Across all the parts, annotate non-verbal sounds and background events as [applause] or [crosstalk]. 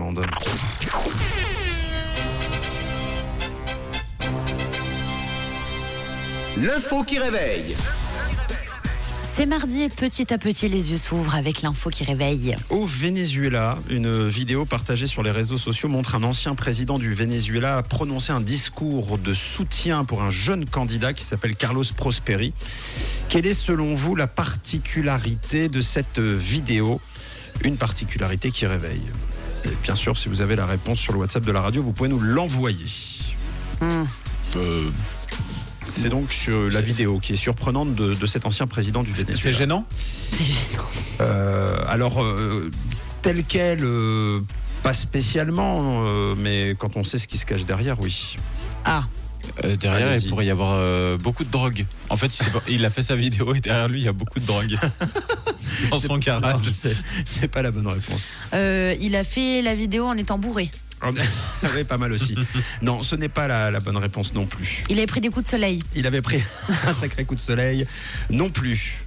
monde. L'info qui réveille. C'est mardi et petit à petit les yeux s'ouvrent avec l'info qui réveille. Au Venezuela, une vidéo partagée sur les réseaux sociaux montre un ancien président du Venezuela prononcer un discours de soutien pour un jeune candidat qui s'appelle Carlos Prosperi. Quelle est selon vous la particularité de cette vidéo Une particularité qui réveille. Et bien sûr, si vous avez la réponse sur le WhatsApp de la radio, vous pouvez nous l'envoyer. Hum. Euh, c'est donc sur la vidéo qui est surprenante de, de cet ancien président du Venezuela. C'est gênant C'est gênant. Euh, alors, euh, tel quel, euh, pas spécialement, euh, mais quand on sait ce qui se cache derrière, oui. Ah, Euh, Derrière, Allez-y. il pourrait y avoir euh, beaucoup de drogue. En fait, il, s'est pas- il a fait sa vidéo et derrière lui, il y a beaucoup de drogue. [laughs] Dans son garage. [laughs] C'est pas la bonne réponse. euh, il a fait la vidéo en étant bourré. Ah, [laughs] oui, pas mal aussi. Non, ce n'est pas la, la bonne réponse non plus. Il avait pris des coups de soleil. Il avait pris [laughs] un sacré coup de soleil non plus.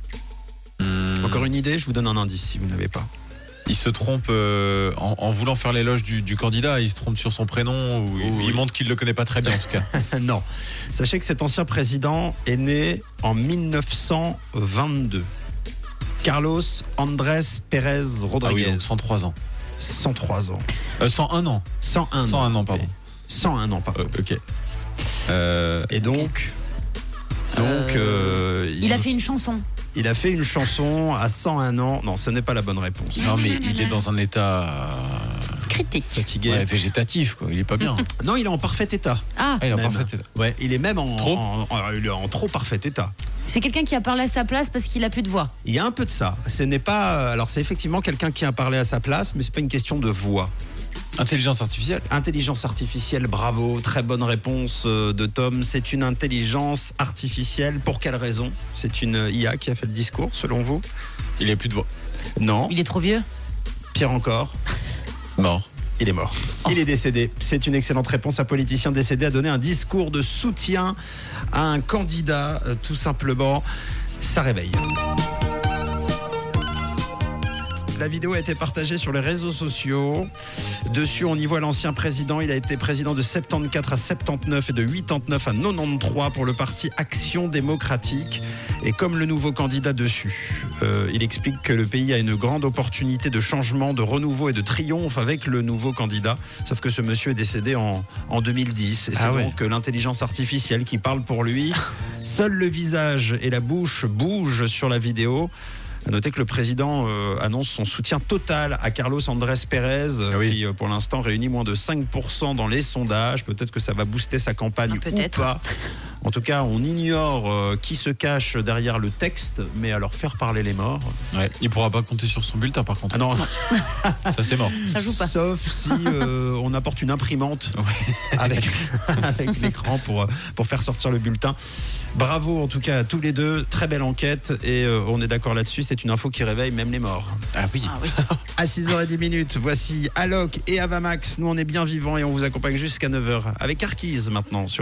Hmm. Encore une idée, je vous donne un indice si vous n'avez pas. [laughs] Il se trompe euh, en, en voulant faire l'éloge du, du candidat. Il se trompe sur son prénom ou il, Oui. il montre qu'il le connaît pas très bien en tout cas. non. Sachez que cet ancien président est né en 1922. Carlos Andrés Pérez Ah oui, Rodríguez, donc 103 ans. 103 ans. Euh, 101 ans. 101 101 ans, pardon. 101 ans, pardon. Euh, ok. Euh, Et donc, donc euh, il, Il a fait une chanson. il a fait une chanson à 101 ans. Non, ce n'est pas la bonne réponse. non, mais il est dans un état euh, Critique. Fatigué. ouais, végétatif, quoi. Il est pas [laughs] bien. Non, il est en parfait état. Ah, Ah, il est en Même. parfait état. Ouais, il est même en Trop en, en- il est en trop parfait état. c'est quelqu'un qui a parlé à sa place parce qu'il a plus de voix. Il y a un peu de ça. Ce n'est pas. euh, Alors, c'est effectivement quelqu'un qui a parlé à sa place, mais c'est pas une question de voix. Intelligence artificielle. Intelligence artificielle, bravo, très bonne réponse euh, de Tom. C'est une intelligence artificielle. Pour quelle raison C'est une IA qui a fait le discours, selon vous Il est plus de voix. Non. Il est trop vieux. Pire encore, Mort. il est mort. Il est décédé. C'est une excellente réponse. Un politicien décédé a donné un discours de soutien à un candidat, euh, tout simplement. Ça réveille. La vidéo a été partagée sur les réseaux sociaux. Dessus, on y voit l'ancien président. Il a été président de 74 à 79 et de 89 à 93 pour le parti Action démocratique. Et comme le nouveau candidat dessus, euh, il explique que le pays a une grande opportunité de changement, de renouveau et de triomphe avec le nouveau candidat. Sauf que ce monsieur est décédé en, en 2010. Et c'est Ah ouais. donc l'intelligence artificielle qui parle pour lui. Seul le visage et la bouche bougent sur la vidéo. À noter que le président euh, annonce son soutien total à Carlos Andrés Pérez, euh, Ah oui. qui euh, pour l'instant réunit moins de 5% dans les sondages. Peut-être que ça va booster sa campagne Ah, peut-être. ou pas. En tout cas, on ignore euh, qui se cache derrière le texte, mais alors faire parler les morts. Ouais. Il pourra pas compter sur son bulletin par contre. Ah non, Ça c'est mort. Ça joue pas. sauf si euh, on apporte une imprimante avec, avec l'écran pour, euh, pour faire sortir le bulletin. Bravo en tout cas à tous les deux, très belle enquête et euh, on est d'accord là-dessus, c'est une info qui réveille même les morts. [laughs] Ah oui. Ah oui. À 6h10 minutes, voici Alok et Avamax. Nous, on est bien vivants et on vous accompagne jusqu'à 9h avec Arquise maintenant sur